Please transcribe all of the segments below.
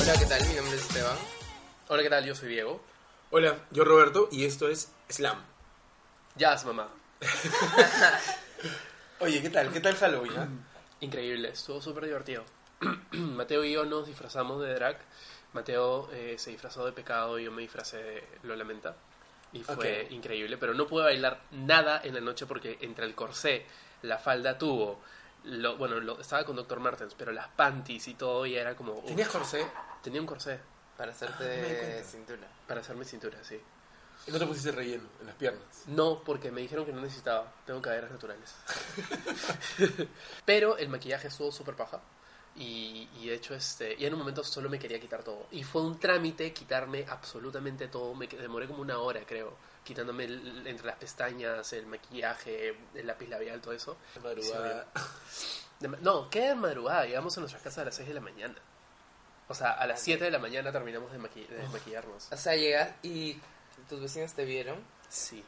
Hola, ¿qué tal? Mi nombre es Esteban. Hola, ¿qué tal? Yo soy Diego. Hola, yo Roberto y esto es Slam. Jazz, mamá. Oye, ¿qué tal? ¿Qué tal Halloween? ah? Increíble, estuvo súper divertido. Mateo y yo nos disfrazamos de drag. Mateo eh, se disfrazó de pecado y yo me disfracé de Lo Lamenta. Y fue Ok. increíble, pero no pude bailar nada en la noche porque entre el corsé, la falda tuvo, lo, bueno, lo- estaba con Dr. Martens, pero las panties y todo y era como... uf, ¿Tenías corsé? Ah, tenía un corsé Para hacerte cintura. para hacer mi cintura, sí. ¿Y no te pusiste relleno en las piernas? No, porque me dijeron que no necesitaba. Tengo caderas naturales. Pero el maquillaje estuvo súper paja. Y, y de hecho, este, y en un momento solo me quería quitar todo. Y fue un trámite quitarme absolutamente todo. Me que- demoré como una hora, creo. Quitándome el- entre las pestañas, el maquillaje, el lápiz labial, todo eso. De madrugada. De ma- no, qué de madrugada. Llegamos a nuestras casas a las 6 de la mañana. O sea, a las 7 de la mañana terminamos de, maqui- de maquillarnos. O sea, llegas y tus vecinos te vieron. Sí.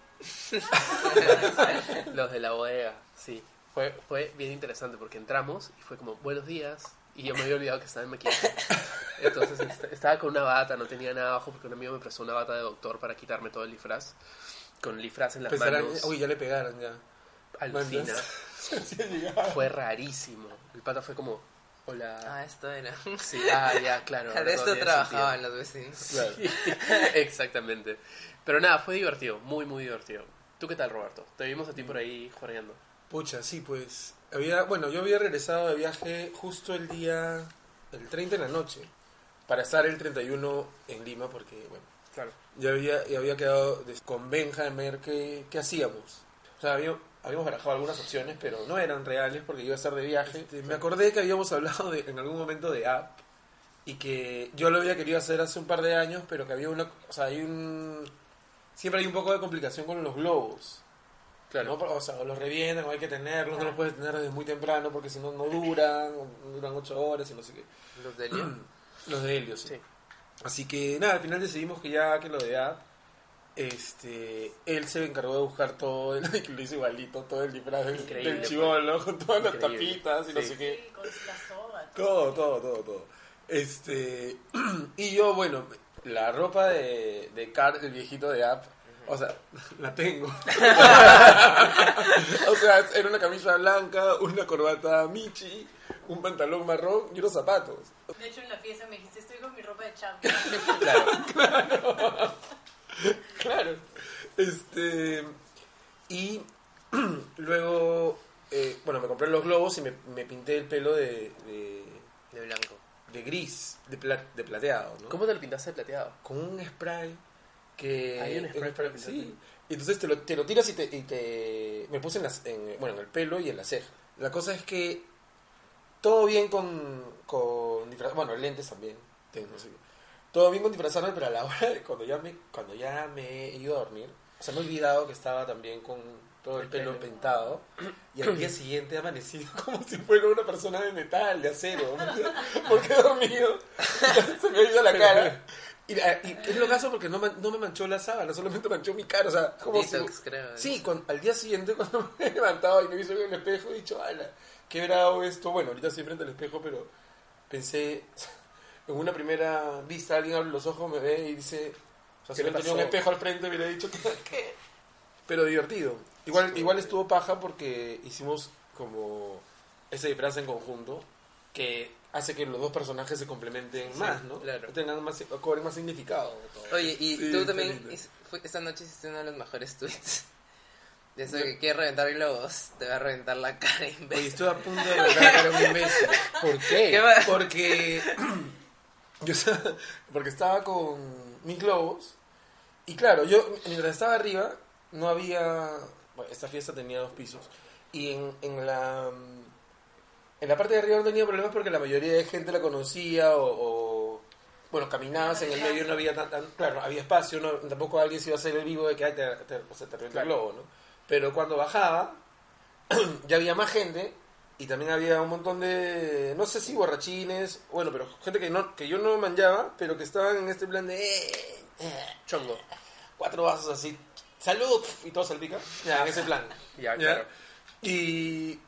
Los de la bodega, sí. Fue, fue bien interesante porque entramos y fue como, buenos días. Y yo me había olvidado que estaba en maquillaje. Entonces est- estaba con una bata, no tenía nada abajo porque un amigo me prestó una bata de doctor para quitarme todo el disfraz. Con el disfraz en las Pensarán, manos. Pues uy, ya le pegaron ya. alucina. Sí, llegaba. Fue rarísimo. El pata fue como, hola. Ah, esto era. Sí, ah, ya, claro. ahora de todo esto tiene trabajaban los vecinos. sentido. Exactamente. Pero nada, fue divertido, muy, muy divertido. ¿Tú qué tal, Roberto? Te vimos a ti por ahí joreando. Pucha, sí, pues. Había, bueno, yo había regresado de viaje justo el día, el 30 en la noche, para estar el 31 en Lima, porque, bueno, Claro. ya había, ya había quedado des- con Benja de ver qué, qué hacíamos. O sea, había- habíamos barajado algunas opciones, pero no eran reales porque iba a estar de viaje. Este, me acordé que habíamos hablado de- en algún momento de app y que yo lo había querido hacer hace un par de años, pero que había una... O sea, hay un... Siempre hay un poco de complicación con los globos. Claro. ¿no? O sea, o los revientan, o hay que tenerlos, no los puedes tener desde muy temprano porque si no, no duran, o duran ocho horas y no sé qué. Los de León. Los de Helios, sí. Sí. Así que nada, al final decidimos que ya que lo de A, este, él se encargó de buscar todo, el, que lo hizo igualito, todo el disfraz del- Increíble, del pues. chivolo, con todas las Increíble. tapitas y no Sí. sé qué. con la soga. Todo, todo, todo, todo. Este, y yo, bueno, la ropa de, de Carl, el viejito de App, o sea, la tengo. o sea, era una camisa blanca, una corbata Michi, un pantalón marrón y unos zapatos. De hecho, en la fiesta me dijiste, estoy con mi ropa de chavo. Claro. Este. Y luego. eh, bueno, me compré los globos y me, me pinté el pelo de, de, De blanco. de gris, de, pla- de plateado, ¿no? ¿Cómo te lo pintaste de plateado? Con un spray que. Hay un spray para pintarte. Sí. Y Entonces te lo, te lo tiras y te, y te- Me puse en, las, en- bueno, en el pelo y en la ceja. La cosa es que. Todo bien con. con disfra- bueno, lentes también. tengo, no sé qué. Todo bien con disfrazarme, pero a la hora de cuando ya me, cuando ya me he ido a dormir, o sea, me he olvidado que estaba también con todo el, pelo pintado y al día siguiente he amanecido como si fuera una persona de metal, de acero, ¿no? porque he dormido, se me ha ido la cara. Y, la- y es lo caso porque no, man- no me manchó la sábana, solamente manchó mi cara, o sea, como si- Detox, creo. Sí, cuan- al día siguiente cuando me he levantado y me he visto en el espejo, he dicho, ala, qué bravo esto. Bueno, ahorita estoy frente al espejo, pero pensé, en una primera vista alguien abre los ojos, me ve y dice, o sea, si ¿Qué le hubiera tenido un pasó? espejo al frente, hubiera dicho, ¿qué? Pero divertido. Igual, igual estuvo paja porque hicimos como ese disfraz en conjunto que hace que los dos personajes se complementen más, ¿no? claro. Tengan más, cobren más significado. todo. Oye, y Sí, tú está también lindo. his- fue- esta noche hiciste uno de los mejores tweets. De eso que quiere reventar globos, te va a reventar la cara, Oye, imbécil. estoy a punto de lograr que era un imbécil. ¿Por qué? ¿Qué va- Porque. yo estaba- porque estaba con mis globos. Y claro, yo mientras estaba arriba, no había. bueno, esta fiesta tenía dos pisos. Y en, en la mm, en la parte de arriba no tenía problemas porque la mayoría de gente la conocía o, o, bueno, caminabas en el medio, no había tan, tan- claro, había espacio, no, tampoco alguien se iba a hacer el vivo de que "Ay, te, te- o sea, te revienta el globo, ¿no? Pero cuando bajaba, ya había más gente y también había un montón de, no sé si borrachines, bueno, pero gente que no que yo no manchaba, pero que estaban en este plan de "Eh, eh, chongo, cuatro vasos así, salud y todo salpica, ya, en ese plan. Ya, claro. Y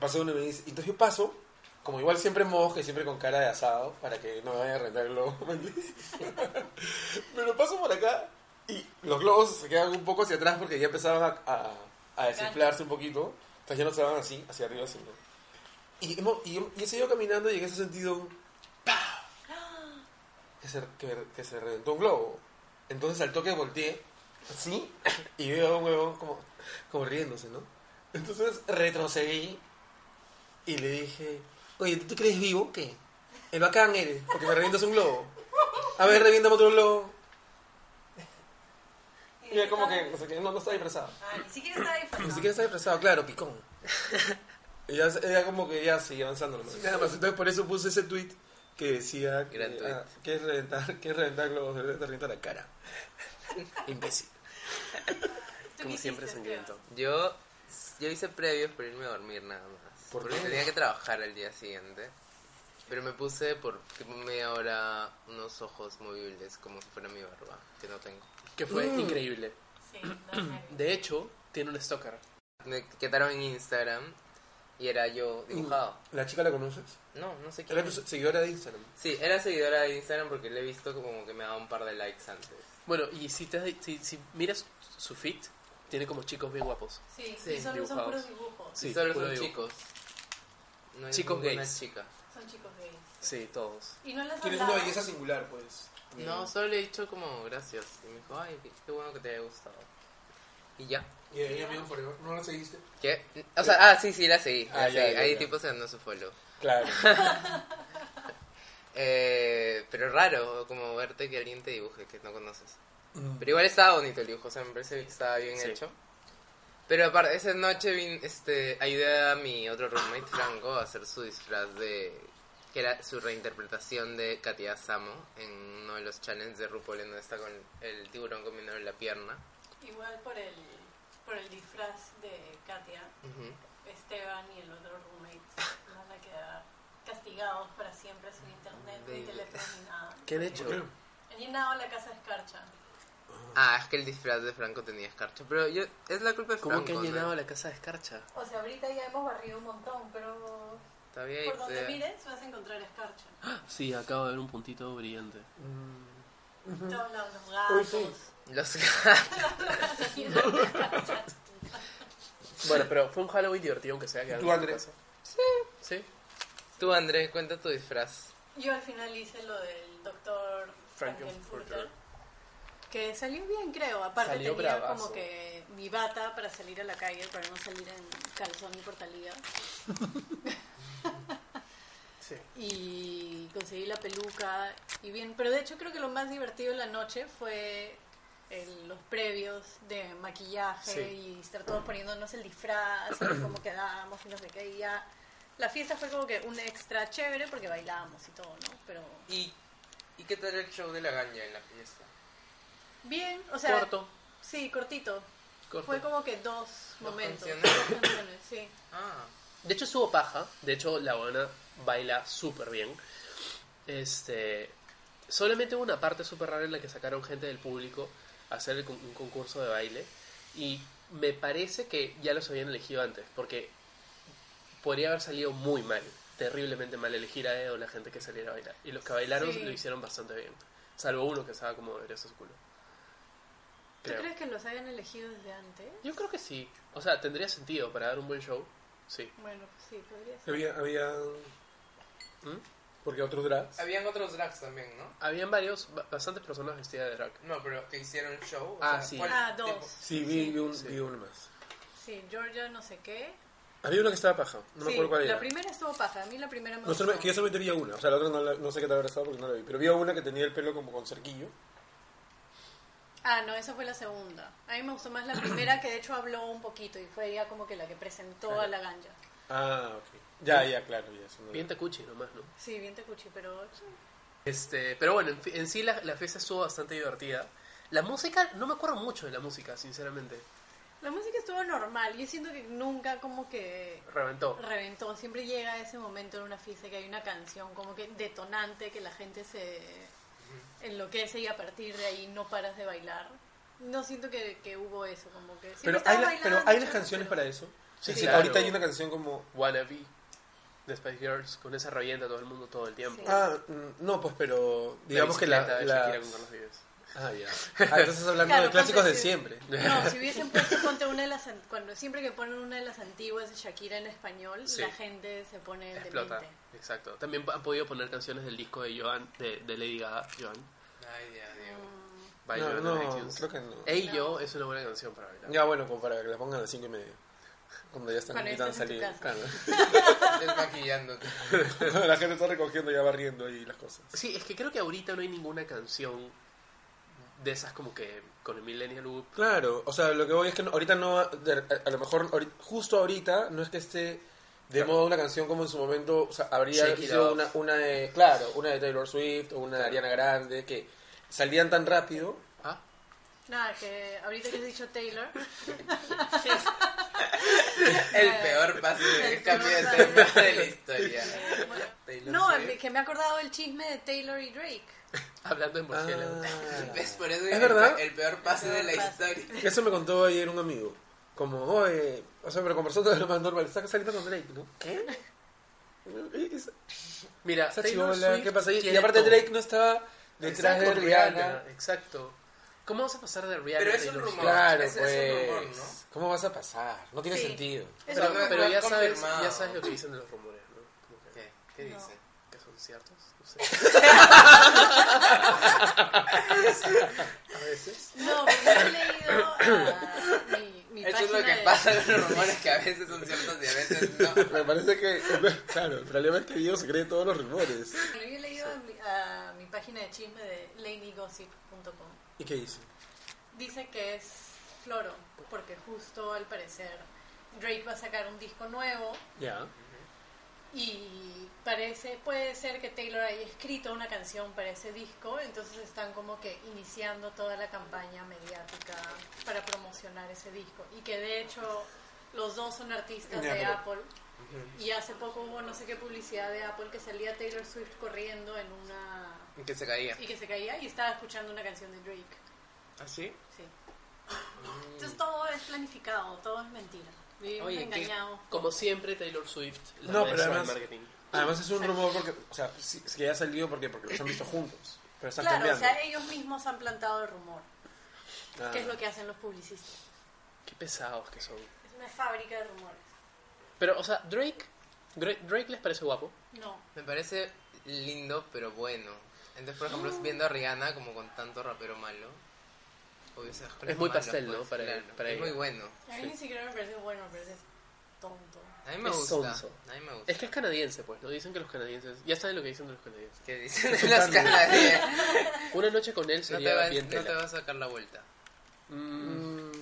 pasó uno y me dice, entonces yo paso, como igual siempre mojo y siempre con cara de asado, para que no me vaya a rentar el globo, ¿me entiendes? Pero paso por acá y los globos se quedan un poco hacia atrás porque ya empezaban a, a- a desinflarse un poquito. Entonces ya no se van así, hacia arriba, sino... Y, hemos- y, y he seguido caminando y en ese sentido un ¡pah! Que se, que, que se reventó un globo. Entonces al toque volteé, así, y veo a un huevón como, como riéndose, ¿no? Entonces retrocedí y le dije, oye, ¿tú te crees vivo o qué? El bacán eres, porque me revientas un globo. A ver, reviéntame otro globo. Y era como que, o sea, que no, no estaba disfrazado. Ah, ni siquiera estaba disfrazado. Ni siquiera estaba disfrazado, claro, picón. Y ya, era como que ya sigue avanzando nomás. Nada más, entonces por eso puse ese tweet que decía que, Gran tuit. ah, que es reventar, que es reventar globos, te revienta la cara. Imbécil. ¿Tú Como qué siempre hiciste, sangriento. Yo, yo hice previos para irme a dormir nada más. ¿Por porque qué? tenía que trabajar al día siguiente. Pero me puse por media hora unos ojos movibles como si fuera mi barba, que no tengo. Que fue increíble. Esteban? Sí, no, sangriento. De hecho, tiene un stalker. Me quedaron en Instagram y era yo dibujado. ¿La chica la conoces? No, no sé quién. Era tu seguidora de Instagram. Sí, era seguidora de Instagram porque le he visto como que me daba un par de likes antes. Bueno, y si, te, has- si, si miras su fit, tiene como chicos bien guapos. Sí, Sí, y solo son dibujados. puros dibujos. Sí, y solo puro son dibujo. chicos. No hay Chicos ninguna gays. chica. Son chicos gays. Sí, todos. Y no las Tienes una hablaba. belleza singular, pues. No, solo le he dicho como gracias. Y me dijo, ay, qué, qué bueno que te haya gustado. Y ya. Y ella me dijo, por favor, ¿no la seguiste? ¿Qué? O sea, ah, sí, sí, la seguí. Ah, la ya, seguí. ya, Ahí ya. tipo se andó su follow. Claro. Eh, pero raro, como verte que alguien te dibuje que no conoces. Pero igual estaba bonito el dibujo, o sea, me parece que estaba bien Sí. hecho. Pero aparte, esa noche vin- este, ayudé a mi otro roommate, Franco, a hacer su disfraz de... que era su reinterpretación de Katia Samo en uno de los challenges de RuPaul en donde está con el tiburón comiendo la pierna. Igual por el, por el disfraz de Katia, Ujú. Esteban y el otro roommate van a quedar castigados para siempre sin internet, ni Baby. teléfono, ni nada. ¿Qué han hecho? Han llenado la casa de escarcha. Ah, es que el disfraz de Franco tenía escarcha. Pero yo, es la culpa de Franco. ¿Cómo que han ¿no? llenado la casa de escarcha? O sea, ahorita ya hemos barrido un montón, pero Todavía hay- por donde eh, mires vas a encontrar escarcha. Sí, acabo de ver un puntito brillante. Todos lados, los Uy, gatos. sí. Los Bueno, pero fue un Halloween divertido, aunque sea que ¿Tú, Andrés? Sí. Sí. Tú, Andrés, cuenta tu disfraz. Yo al final hice lo del doctor Frankenfurter. Frankenfurter. Que salió bien, creo. Aparte Salió tenía bravazo. como que mi bata para salir a la calle, para no salir en calzón y portalía. Y conseguí la peluca y bien. Pero de hecho creo que lo más divertido de la noche fue el- los previos de maquillaje Sí. y estar todos poniéndonos el disfraz, y cómo quedábamos y no sé qué. Y ya la fiesta fue como que un extra chévere porque bailábamos y todo, ¿no? Pero ¿Y, ¿Y qué tal el show de la ganja en la fiesta? bien, o sea... Corto. Sí, cortito. Corto. Fue como que dos momentos. canciones. dos canciones, sí. Ah, De hecho, estuvo paja. De hecho, la buena baila súper bien. Este. Solamente hubo una parte súper rara en la que sacaron gente del público a hacer el con- un concurso de baile. Y me parece que ya los habían elegido antes, porque podría haber salido muy mal, terriblemente mal elegir a Edo la gente que saliera a bailar. Y los que bailaron Sí. lo hicieron bastante bien. Salvo uno que estaba como debería su culo. ¿Tú crees que los hayan elegido desde antes? Yo creo que sí. O sea, tendría sentido para dar un buen show. Sí. Bueno, pues sí, podría ser. Había, había... Porque otros drags... habían otros drags también, ¿no? Habían varios, ba- bastantes personas vestidas de drag. No, pero que hicieron show. o Ah, sea, sí. ¿cuál Ah, tipo? dos. Sí, vi, vi un, vi uno más. Sí, Georgia no sé qué. Había uno que estaba paja, no me sí, acuerdo cuál la era. primera estuvo paja. A mí la primera me No, gustó. solo- que yo solamente vi una, o sea, la otra no, la- no sé qué tal habrá estado porque no la vi. Pero vi a una que tenía el pelo como con cerquillo. Ah, no, esa fue la segunda. A mí me gustó más la primera, que de hecho habló un poquito y fue ella como que la que presentó a la ganja. Ah, ok. Ya, ya, claro. Ya, eso no- Bien tacuchi nomás, ¿no? Sí, bien te escuché, pero... Este, pero bueno, en, fi- en sí la, la fiesta estuvo bastante divertida. La música, no me acuerdo mucho de la música, sinceramente. La música estuvo normal. Yo siento que nunca como que Reventó. reventó. Siempre llega ese momento en una fiesta que hay una canción como que detonante que la gente se enloquece y a partir de ahí no paras de bailar. No siento que, que hubo eso, como que... siempre Pero estaba hay, la- bailando, pero hay las chamo, canciones pero- para eso. Sí, Es decir, claro. Ahorita hay una canción como. Wannabe de Spice Girls, con esa revienta todo el mundo todo el tiempo. Sí. Ah, mm, no, pues, pero. Digamos que la. bicicleta de la- Shakira con Carlos Vives. Ah, ya. Ah, entonces hablando Claro, de clásicos de ponte- siempre. No, si hubiesen puesto ponte una de las an- cuando siempre que ponen una de las antiguas de Shakira en español, Sí. la gente se pone Explota. demente. Exacto. También han podido poner canciones del disco de Joan, de, de Lady Gaga, Joan. Ay, ya, Diego. By No, Joan no, Addictions. creo que no. Ey Yo es una buena canción para bailar. Ya, bueno, como para que la pongan a las 5 y media. Cuando ya están Cuando ya invitando a estás en salir. tu Claro. Ah. Desmaquillándote. Cuando la gente está recogiendo ya barriendo y las cosas. Sí, es que creo que ahorita no hay ninguna canción de esas como que con el Millennial Loop. Claro, o sea, lo que voy es que no- ahorita no, de- a, a lo mejor ahori- justo ahorita no es que esté de moda una canción como en su momento, o sea, habría Shake it sido off. una, una de, claro, una de Taylor Swift o una de Ariana Grande que salían tan rápido. Ah, Nada, que ahorita que has dicho Taylor, El peor paso de El cambio de peor tema paso. de la historia. bueno, Taylor no, Swift. que me he acordado el chisme de Taylor y Drake. hablando en murciélago. Ah. ¿Ves? Por eso ¿Es el- verdad? El peor paso de la peor paso. historia. Eso me contó ayer un amigo. Como, oye, o sea, pero conversando de lo más normal, está saliendo con Drake, ¿no? ¿Qué? Es- Mira, Esa Taylor chibola, Swift ¿qué pasa? Y- Y tiene aparte todo. Drake no estaba detrás Exacto, de Rihanna. Exacto. ¿Cómo vas a pasar de Rihanna Pero a es un Taylor Swift? rumor. Claro, Ese pues. es un rumor, ¿no? ¿Cómo vas a pasar? No tiene Sí. sentido. Es Pero, un rumor. pero ya, no sabes, confirmado. ya sabes lo que dicen de los rumores, ¿no? Como que, ¿Qué? ¿Qué No. dice? que son ciertos. No sé. a veces. No, porque yo he leído a mi, mi Eso es lo página que de- pasa con los rumores que a veces son ciertos y a veces no. Me parece que, claro, el problema es que Dios se cree todos los rumores. Bueno, yo he leído a mi, a mi página de chisme de ladygossip.com. ¿Y qué dice? Dice que es Floro, porque justo al parecer Drake va a sacar un disco nuevo Ya. Y parece, puede ser que Taylor haya escrito una canción para ese disco, entonces están como que iniciando toda la campaña mediática para promocionar ese disco. Y que de hecho los dos son artistas Ya, de pero- Apple. Y hace poco hubo no sé qué publicidad de Apple que salía Taylor Swift corriendo en una... Que se caía. y que se caía y estaba escuchando una canción de Drake. ¿Ah, sí? Mm. Sí. Entonces todo es planificado, todo es mentira. Vivimos Oye, ¿qué- engañados. Como siempre, Taylor Swift, la No, no, pero maestra del además, marketing. además es un rumor porque, o sea, sí, es que ya salió porque, porque los han visto juntos. Pero están Claro, cambiando. o sea, ellos mismos han plantado el rumor. Ah. que es lo que hacen los publicistas. Qué pesados que son. Es una fábrica de rumores. Pero, o sea, Drake, Drake, Drake les parece guapo. No. Me parece lindo, pero bueno. Entonces, por ejemplo, Mm. viendo a Rihanna como con tanto rapero malo. obvio, Es muy pastel, ¿no? Para- para pues, es ella. muy bueno. A mí ni siquiera me parece bueno, me parece tonto. A mí me Es gusta. sonso. A mí me gusta. Es que es canadiense, pues, ¿no? Dicen que los canadienses... Ya saben lo que dicen de los canadienses. ¿Qué dicen de las canadienses? Una noche con él No te, sería va, bien no te tela. va a sacar la vuelta. Mm,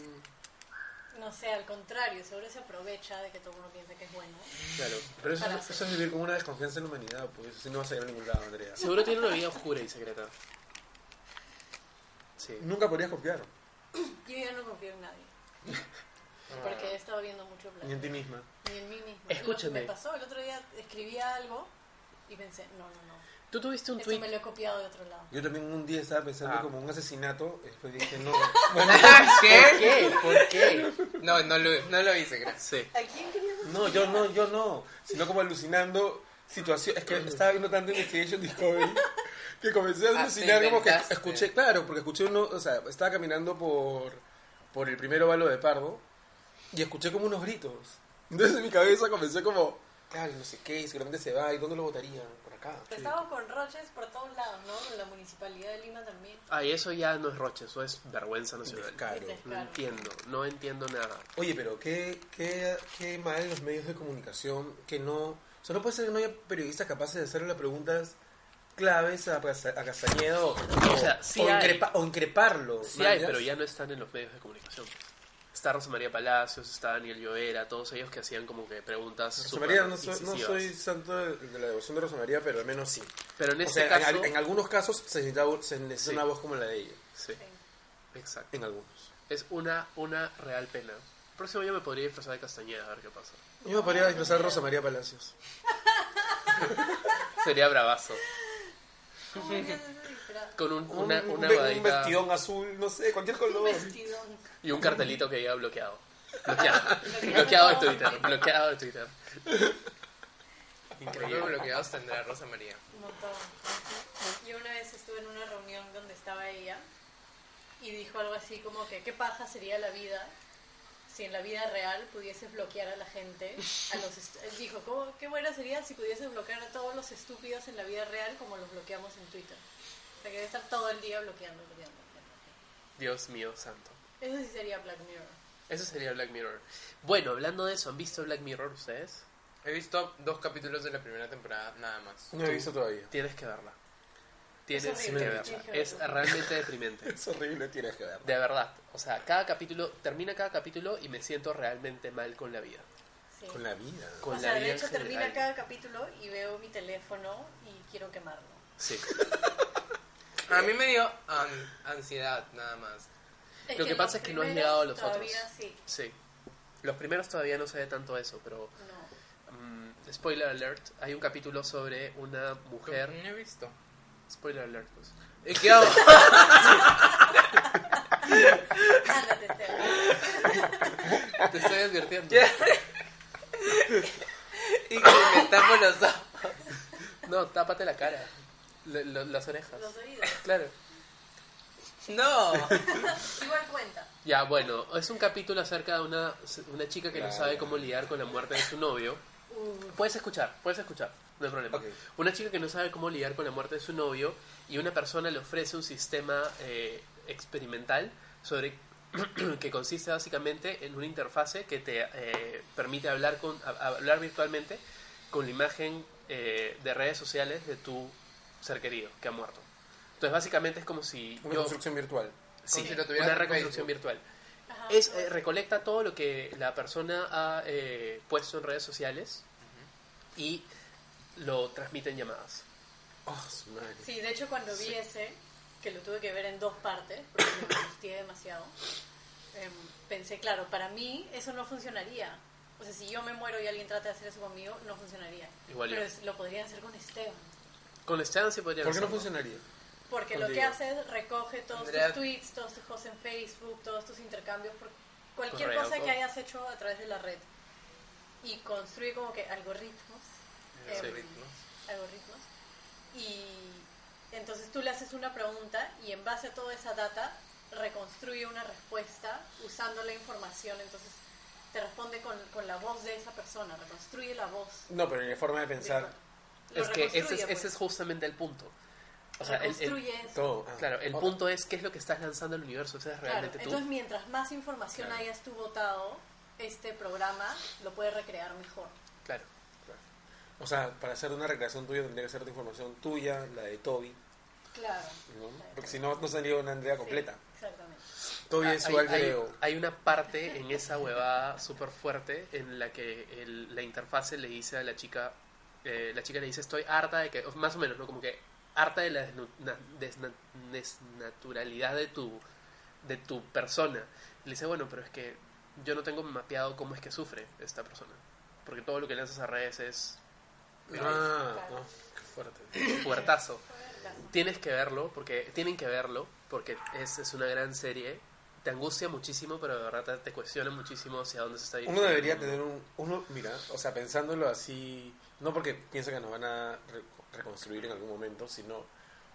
No sé, al contrario, seguro se aprovecha de que todo el mundo piensa que es bueno. claro. Pero eso, es- eso es vivir con una desconfianza en la humanidad, pues si no vas a llegar a ningún lado, Andrea. Seguro tiene una vida oscura y secreta. Sí. Nunca podrías confiar. Yo ya no confío en nadie. Porque he estado viendo mucho Ni en plan. ti misma. Ni en mí mismo. Escúchame. Me pasó, el otro día escribía algo y pensé, no, no, no. Tú tuviste un Esto me tweet. lo he copiado de otro lado. Yo también un día estaba pensando Ah. como un asesinato, y después dije, no. ¿Qué? ¿Qué? ¿Por qué? No, no lo, no lo hice, gracias. Sí. ¿A quién querías No, yo no, yo no. Sino como alucinando situaciones. Es que estaba viendo tanto Investigation Discovery que comencé a Ah, te alucinar como que inventaste. escuché, claro, porque escuché uno, o sea, estaba caminando por, por el primer óvalo de Pardo y escuché como unos gritos. Entonces en mi cabeza comencé como, claro, no sé qué, seguramente se va, ¿y dónde lo votarían? Por acá. Estaba con Roches por todos lados, ¿no? Con la municipalidad de Lima también. Ah, y eso ya no es roche, eso es vergüenza nacional. Descaro. Descaro. No entiendo, no entiendo nada. Oye, pero qué, qué, qué mal los medios de comunicación que no... O sea, no puede ser que no haya periodistas capaces de hacerle las preguntas claves a, Casta- a Castañedo o, O sea, sí o hay. increpa- o increparlo. Sí ¿mañas? hay, pero ya no están en los medios de comunicación. Está Rosa María Palacios, está Daniel Llovera, todos ellos que hacían como que preguntas Rosa súper María, no soy, no incisivas. soy santo de de la devoción de Rosa María, pero al menos sí. Pero en O este sea, en, caso... al- en algunos casos se necesita, vo- se necesita Sí. una voz como la de ella. Sí, exacto. En algunos. Es una, una real pena. El próximo año me podría disfrazar de Castañeda, a ver qué pasa. Yo me podría disfrazar a Rosa María Palacios. Sería bravazo. ¿Cómo es ese disfraz? Con un, una, Un- una un, ve- un badadita vestidón azul, no sé, cualquier Un color. vestidón. y un cartelito que diga bloqueado. Bloqueado. bloqueado de Twitter. Bloqueado de Twitter. Increíble. bloqueados tendrá Rosa María. Un montón. Yo una vez estuve en una reunión donde estaba ella y dijo algo así como que qué paja sería la vida si en la vida real pudieses bloquear a la gente. A los est- dijo, "¿Cómo- qué buena sería si pudieses bloquear a todos los estúpidos en la vida real como los bloqueamos en Twitter. O sea, que debe estar todo el día bloqueando, bloqueando, bloqueando. Dios mío, santo. Eso sí sería Black Mirror. Eso sería Black Mirror. Bueno, hablando de eso, ¿han visto Black Mirror ustedes? He visto dos capítulos de la primera temporada, nada más. No he visto todavía. Tienes que verla. Tienes Es que horrible, verla. tienes que Es verla. realmente deprimente. Es horrible, tienes que verlo. De verdad. O sea, cada capítulo, termina cada capítulo y me siento realmente mal con la vida. Sí. Con la vida. Con o la sea, vida de en hecho termina general. cada capítulo y veo mi teléfono y quiero quemarlo. Sí. A mí me dio an- ansiedad, nada más. Lo que pasa es los que no has primeros llegado a los todavía otros. sí. Sí. Los primeros todavía no se ve tanto eso, pero... No. mm, spoiler alert. Hay un capítulo sobre una mujer... No he visto. Spoiler alert, pues. He quedado... Ándate, Esteban. Te estoy advirtiendo. y que me tapo los ojos. No, tápate la cara. Le- lo- las orejas. Los oídos. Claro. No. Igual cuenta. Ya, bueno, es un capítulo acerca de una, una chica que no sabe cómo lidiar con la muerte de su novio. Puedes escuchar, puedes escuchar, no hay problema. Ok. Una chica que no sabe cómo lidiar con la muerte de su novio y una persona le ofrece un sistema eh, experimental sobre que consiste básicamente en una interfase que te eh, permite hablar con a- hablar virtualmente con la imagen eh, de redes sociales de tu ser querido que ha muerto. Entonces básicamente es como si Una yo- construcción virtual. Sí, Como si lo tuvieras una en reconstrucción Facebook. virtual. Ajá. Es, eh, recolecta todo lo que la persona ha eh, puesto en redes sociales y lo transmite en llamadas. Oh, su madre. Sí, de hecho cuando vi ese, que lo tuve que ver en dos partes, porque me angustié demasiado, em, pensé, claro, para mí eso no funcionaría. O sea, si yo me muero y alguien trata de hacer eso conmigo, no funcionaría. Igual yo. Pero es- lo podrían hacer con Esteban. Con Esteban sí podrían ¿Por qué no hacerlo. funcionaría? Porque lo que Contigo. hace es recoge todos Andrea- tus tweets, todos tus cosas en Facebook, todos tus intercambios, por cualquier Correo, cosa todo. que hayas hecho a través de la red. Y construye como que algoritmos. em, Algoritmos. algoritmos. Y entonces tú le haces una pregunta y en base a toda esa data reconstruye una respuesta usando la información. Entonces te responde con, con la voz de esa persona, reconstruye la voz. No, pero en la forma de pensar. Lo Es que ese es, reconstruye, ese pues. es justamente el punto. O sea, el, el- reconstruye eso. Todo. Ah. claro, el Ok. punto es qué es lo que estás lanzando al universo. Ese es Claro, realmente tú. entonces mientras más información Claro. hayas tú votado, este programa lo puede recrear mejor. Claro. O sea, para hacer una recreación tuya tendría que ser tu información tuya, la de Toby. Claro. ¿no? Porque si no, no sería una Andrea completa. Sí, exactamente. Toby Ah, es su alter hay, ego. hay una parte en esa huevada súper fuerte en la que el- la interfase le dice a la chica, eh, la chica le dice, estoy harta de que, más o menos, ¿no? Como que harta de la desnu- na- desna- desnaturalidad de tu, de tu persona. Le dice, bueno, pero es que yo no tengo mapeado cómo es que sufre esta persona. Porque todo lo que lanzas a redes es Ah, no, qué fuerte. puertazo. Fuertazo. Tienes que verlo, porque tienen que verlo, porque es, es una gran serie. Te angustia muchísimo, pero de verdad te, te cuestiona muchísimo hacia dónde se está Uno dirigiendo. debería tener un... Uno, mira, o sea, pensándolo así, no porque piensa que nos van a re- reconstruir en algún momento, sino,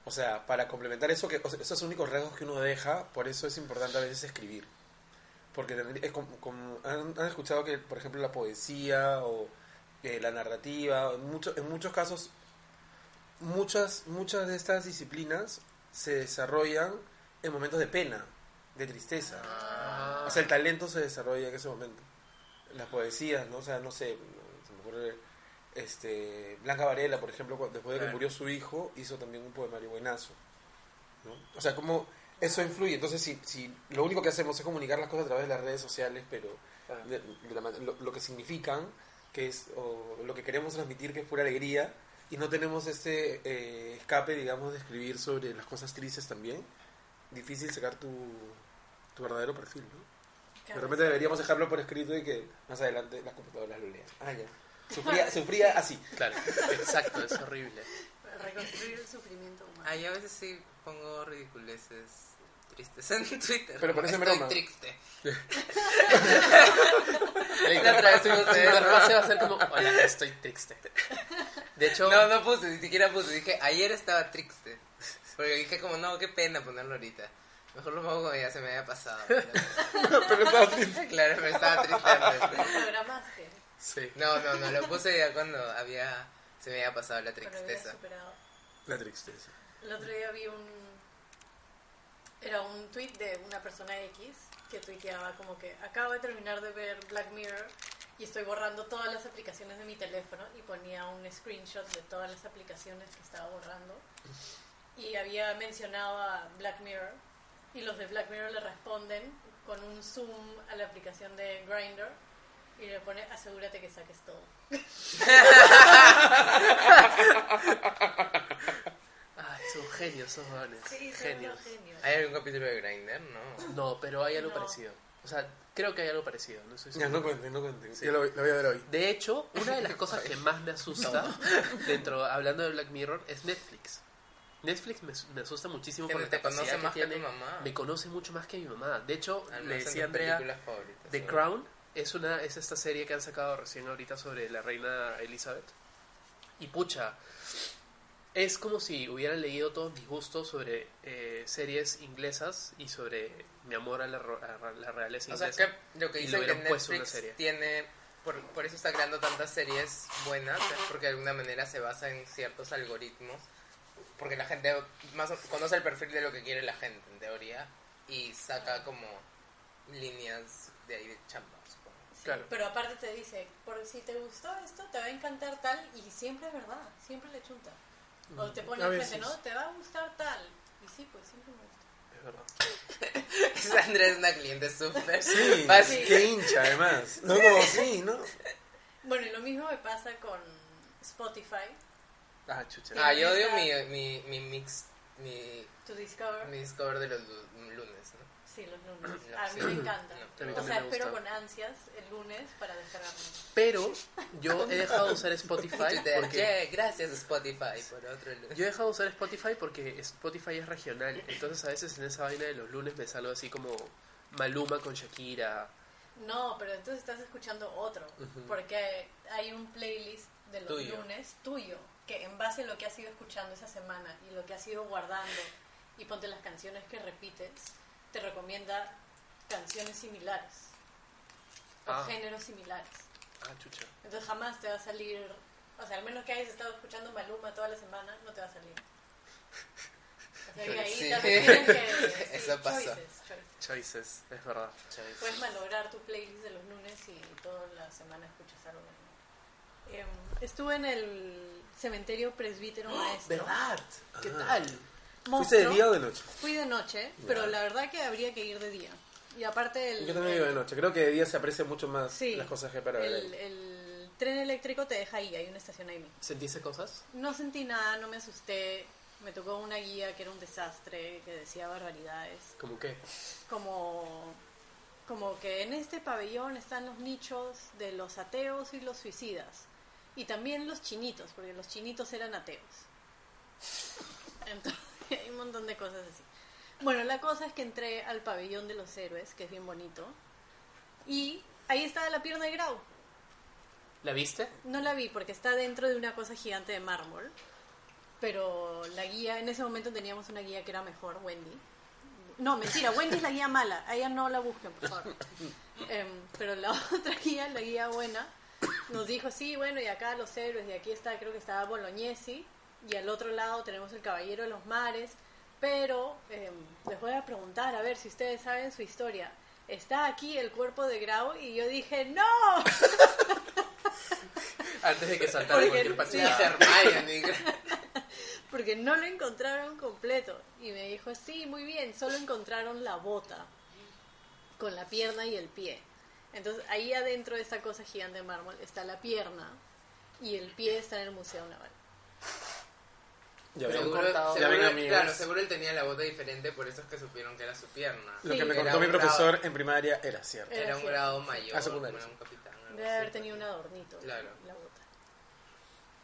o sea, para complementar eso, que o sea, esos únicos rasgos que uno deja, por eso es importante a veces escribir. Porque tendría- es como, como- han, han escuchado que, por ejemplo, la poesía o eh, la narrativa, en, mucho- en muchos casos, muchas, muchas de estas disciplinas se desarrollan en momentos de pena, de tristeza. O sea, el talento se desarrolla en ese momento. Las poesías, ¿no? O sea, no sé, se me ocurre Este, Blanca Varela, por ejemplo, cu- después de que Claro. murió su hijo, hizo también un poemario buenazo. ¿no? O sea, como eso influye. Entonces, si, si lo único que hacemos es comunicar las cosas a través de las redes sociales, pero Claro. de- de la man- lo, lo que significan, que es o lo que queremos transmitir, que es pura alegría, y no tenemos este eh, escape, digamos, de escribir sobre las cosas tristes también, difícil sacar tu, tu verdadero perfil, ¿no? De repente deberíamos dejarlo por escrito y que más adelante las computadoras lo lean. Ah, ya. Sufría, sufría así. Claro, exacto, es horrible. Reconstruir el sufrimiento humano. Ah, yo a veces sí pongo ridiculeces tristes en Twitter. Pero como, parece Estoy broma". triste. La otra vez tuvimos que la frase va a ser como, hola, estoy triste. De hecho, No, no puse, ni siquiera puse. Dije, ayer estaba triste. Porque dije como, no, qué pena ponerlo ahorita. Mejor lo pongo cuando ya se me había pasado. Pero estaba triste. Claro, pero estaba triste. Lo programaste, sí. No, no, no, lo puse ya cuando había... Se me había pasado la pero lo habías tristeza. superado. La tristeza. El otro día vi un... Era un tweet de una persona X que tuiteaba como que acabo de terminar de ver Black Mirror y estoy borrando todas las aplicaciones de mi teléfono y ponía un screenshot de todas las aplicaciones que estaba borrando y había mencionado a Black Mirror y los de Black Mirror le responden con un zoom a la aplicación de Grindr y le pone asegúrate que saques todo. Ay, son genios, son jóvenes. Sí, son genios. unos genios. ¿Hay algún capítulo de Grindr? No. No, pero hay algo No. parecido. O sea, creo que hay algo parecido. No estoy Ya, seguro. no cuenten, no cuenten. Sí. Yo lo, voy- lo voy a ver hoy. De hecho, una de las cosas que más me asusta dentro, hablando de Black Mirror, es Netflix. Netflix me, me asusta muchísimo Que por no la te conoce capacidad que más que tu tiene. mamá. Me conoce mucho más que mi mamá. De hecho, le Al menos en decía a tus Andrea, películas favoritas. The ¿no? Crown es una es esta serie que han sacado recién ahorita sobre la reina Elizabeth. Y pucha, es como si hubieran leído todos mis gustos sobre eh, series inglesas y sobre mi amor a la, ro- a la realeza O sea, inglesa. que lo Y que le dice que hubieran puesto una Netflix serie. tiene... Por, por eso está creando tantas series buenas, es porque de alguna manera se basa en ciertos algoritmos. Porque la gente más o- conoce el perfil de lo que quiere la gente, en teoría, y saca como líneas de ahí de chamba, supongo. Sí, Claro. Pero aparte te dice, por si te gustó esto, te va a encantar tal, y siempre es verdad, siempre le chunta. O te pone Mm, a enfrente, veces. no, te va a gustar tal. Y sí, pues siempre me gusta. Es verdad. Esa Andrea es una cliente súper Sí, fácil. qué hincha además. No, como sí, ¿no? Bueno, y lo mismo me pasa con Spotify, Ah, chucha. Ah, yo odio mi, mi, mi mix, mi, To Discover, mi discover de los lu- lunes, ¿no? sí, los lunes. No, a mí sí. me encanta. No, a mí o también sea, me espero gusta. con ansias el lunes para descargarme. Pero yo he dejado de usar Spotify Y te- porque "Yeah, gracias Spotify por otro lunes. yo he dejado de usar Spotify porque Spotify es regional, entonces a veces en esa vaina de los lunes me salgo así como Maluma con Shakira. No, pero entonces estás escuchando otro, porque hay un playlist de los Tuyo. lunes tuyo, que en base a lo que has ido escuchando esa semana y lo que has ido guardando, y ponte las canciones que repites, te recomienda canciones similares o Ah. géneros similares. Ah, chucha. Entonces jamás te va a salir, o sea, al menos que hayas estado escuchando Maluma toda la semana, no te va a salir. O sea, que ahí Sí. también tienes que... sí, Eso pasa. choices, choices. Choices, es verdad. Puedes malograr tu playlist de los lunes y toda la semana escuchas algo. nuevo. Em, estuve en el cementerio presbítero maestro. ¿Verdad? ¿Qué Ah. tal? ¿Ah? ¿Fuiste de Monstruo. día o de noche? Fui de noche, pero la verdad que habría que ir de día. Y aparte el, Yo también iba de noche. Creo que de día se aprecia mucho más sí, las cosas que para ver. el, ahí. el tren eléctrico te deja ahí, hay una estación ahí mismo. ¿Sentiste cosas? No sentí nada, no me asusté. Me tocó una guía que era un desastre, que decía barbaridades. ¿Cómo qué? como como que en este pabellón están los nichos de los ateos y los suicidas y también los chinitos porque los chinitos eran ateos entonces hay un montón de cosas así bueno la cosa es que entré al pabellón de los héroes que es bien bonito y ahí estaba la pierna de Grau ¿La viste? no la vi porque está dentro de una cosa gigante de mármol. Pero la guía, en ese momento teníamos una guía que era mejor, Wendy. No, mentira, Wendy es la guía mala. A ella no la busquen, por favor. Em, pero la otra guía, la guía buena, nos dijo, sí, bueno, y acá los héroes, y aquí está, creo que estaba Bolognesi, y al otro lado tenemos el Caballero de los Mares, pero em, les voy a preguntar, a ver si ustedes saben su historia. Está aquí el cuerpo de Grau y yo dije, no, Antes de que saltara Porque- cualquier patilla sí. de Hermione. Porque no lo encontraron completo. Y me dijo, sí, muy bien, solo encontraron la bota con la pierna y el pie. Entonces ahí adentro de esa cosa gigante de mármol está la pierna y el pie está en el Museo Naval. Ya ven, Seguro, cortado. Ya seguro- ven, amigos. claro, seguro él tenía la bota diferente, por eso es que supieron que era su pierna. Lo que me Sí. contó mi Era un profesor en primaria era cierto. Era un Gracias. grado mayor, Ah, secundario, era un sí. capitán. algo Debe así, haber porque- tenido un adornito Claro. la bota.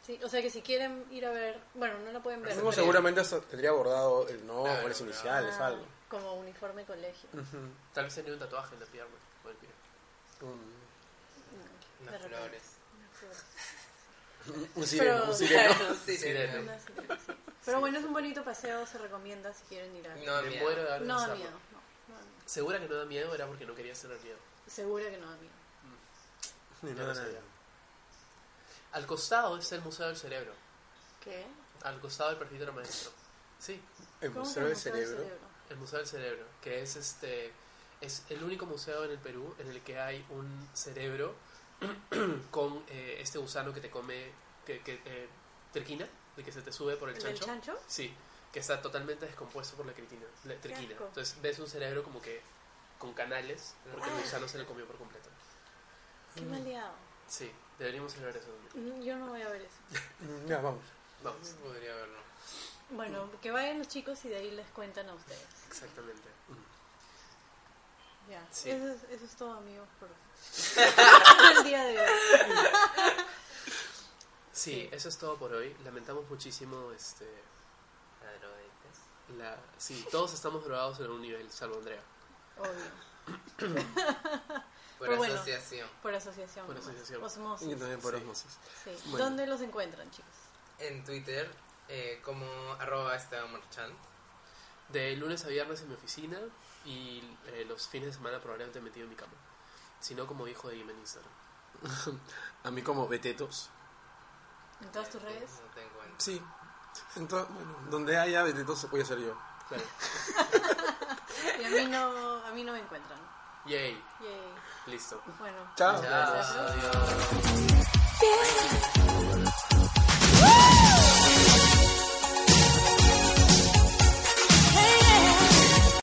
Sí, o sea que si quieren ir a ver, bueno, no la pueden ver. Luego seguramente hasta tendría bordado el nombre, Claro, las claro. iniciales, Ah, algo. Como uniforme colegio. Tal vez tenía un tatuaje en la pierna. o el pie. Un, De Unas repente. flores. un sireno, Pero, un sireno. Sí, Sirena. no. Una sirena, sí. Pero bueno, es un bonito paseo, se recomienda si quieren ir a No, da Me miedo. muero de ganas de No da hacerlo. miedo, no, no da miedo. Segura que no da miedo era porque no quería tener miedo. Segura que no da miedo. Ni Ya nada, lo sabía. nada. Al costado es el Museo del Cerebro. ¿Qué? Al costado del presbítero maestro. Sí, El ¿Cómo que museo del cerebro. el Museo del Cerebro, que es este es el único museo en el Perú en el que hay un cerebro con eh, este gusano que te come, que, que eh, triquina, de que se te sube por el ¿El del chancho. chancho? Sí, que está totalmente descompuesto por la cretina, la triquina. asco. Entonces ves un cerebro como que con canales, porque el gusano se lo comió por completo. Qué maleado. Sí, deberíamos celebrar eso. un día. Mm, Yo no voy a ver eso. Mm, Ya, vamos. Vamos, Podría haberlo. Bueno, que vayan los chicos y de ahí les cuentan a ustedes. exactamente. Ya. Sí. Eso, es, eso es todo, amigos, por el día de hoy. Sí, eso es todo por hoy. Lamentamos muchísimo este la drogadicta. La sí, todos estamos drogados en algún nivel, salvo Andrea. Obvio. Por Pero bueno. asociación. Por asociación. Por nomás. asociación. Osmosis. Y también por Sí. osmosis. Sí. Bueno. ¿Dónde los encuentran, chicos? En Twitter, eh, como arroba Esteban Marchand. De lunes a viernes en mi oficina y eh, los fines de semana probablemente metido en mi cama. Si no, como hijo de Jim en Instagram. A mí como betetos. ¿En todas tus redes? No te encuentro. Sí. Entonces, bueno, donde haya betetos voy a ser yo. Claro. Y a mí no, a mí no me encuentran. Yay, Yay. listo. Bueno. Chao. gracias. Adiós. Yeah.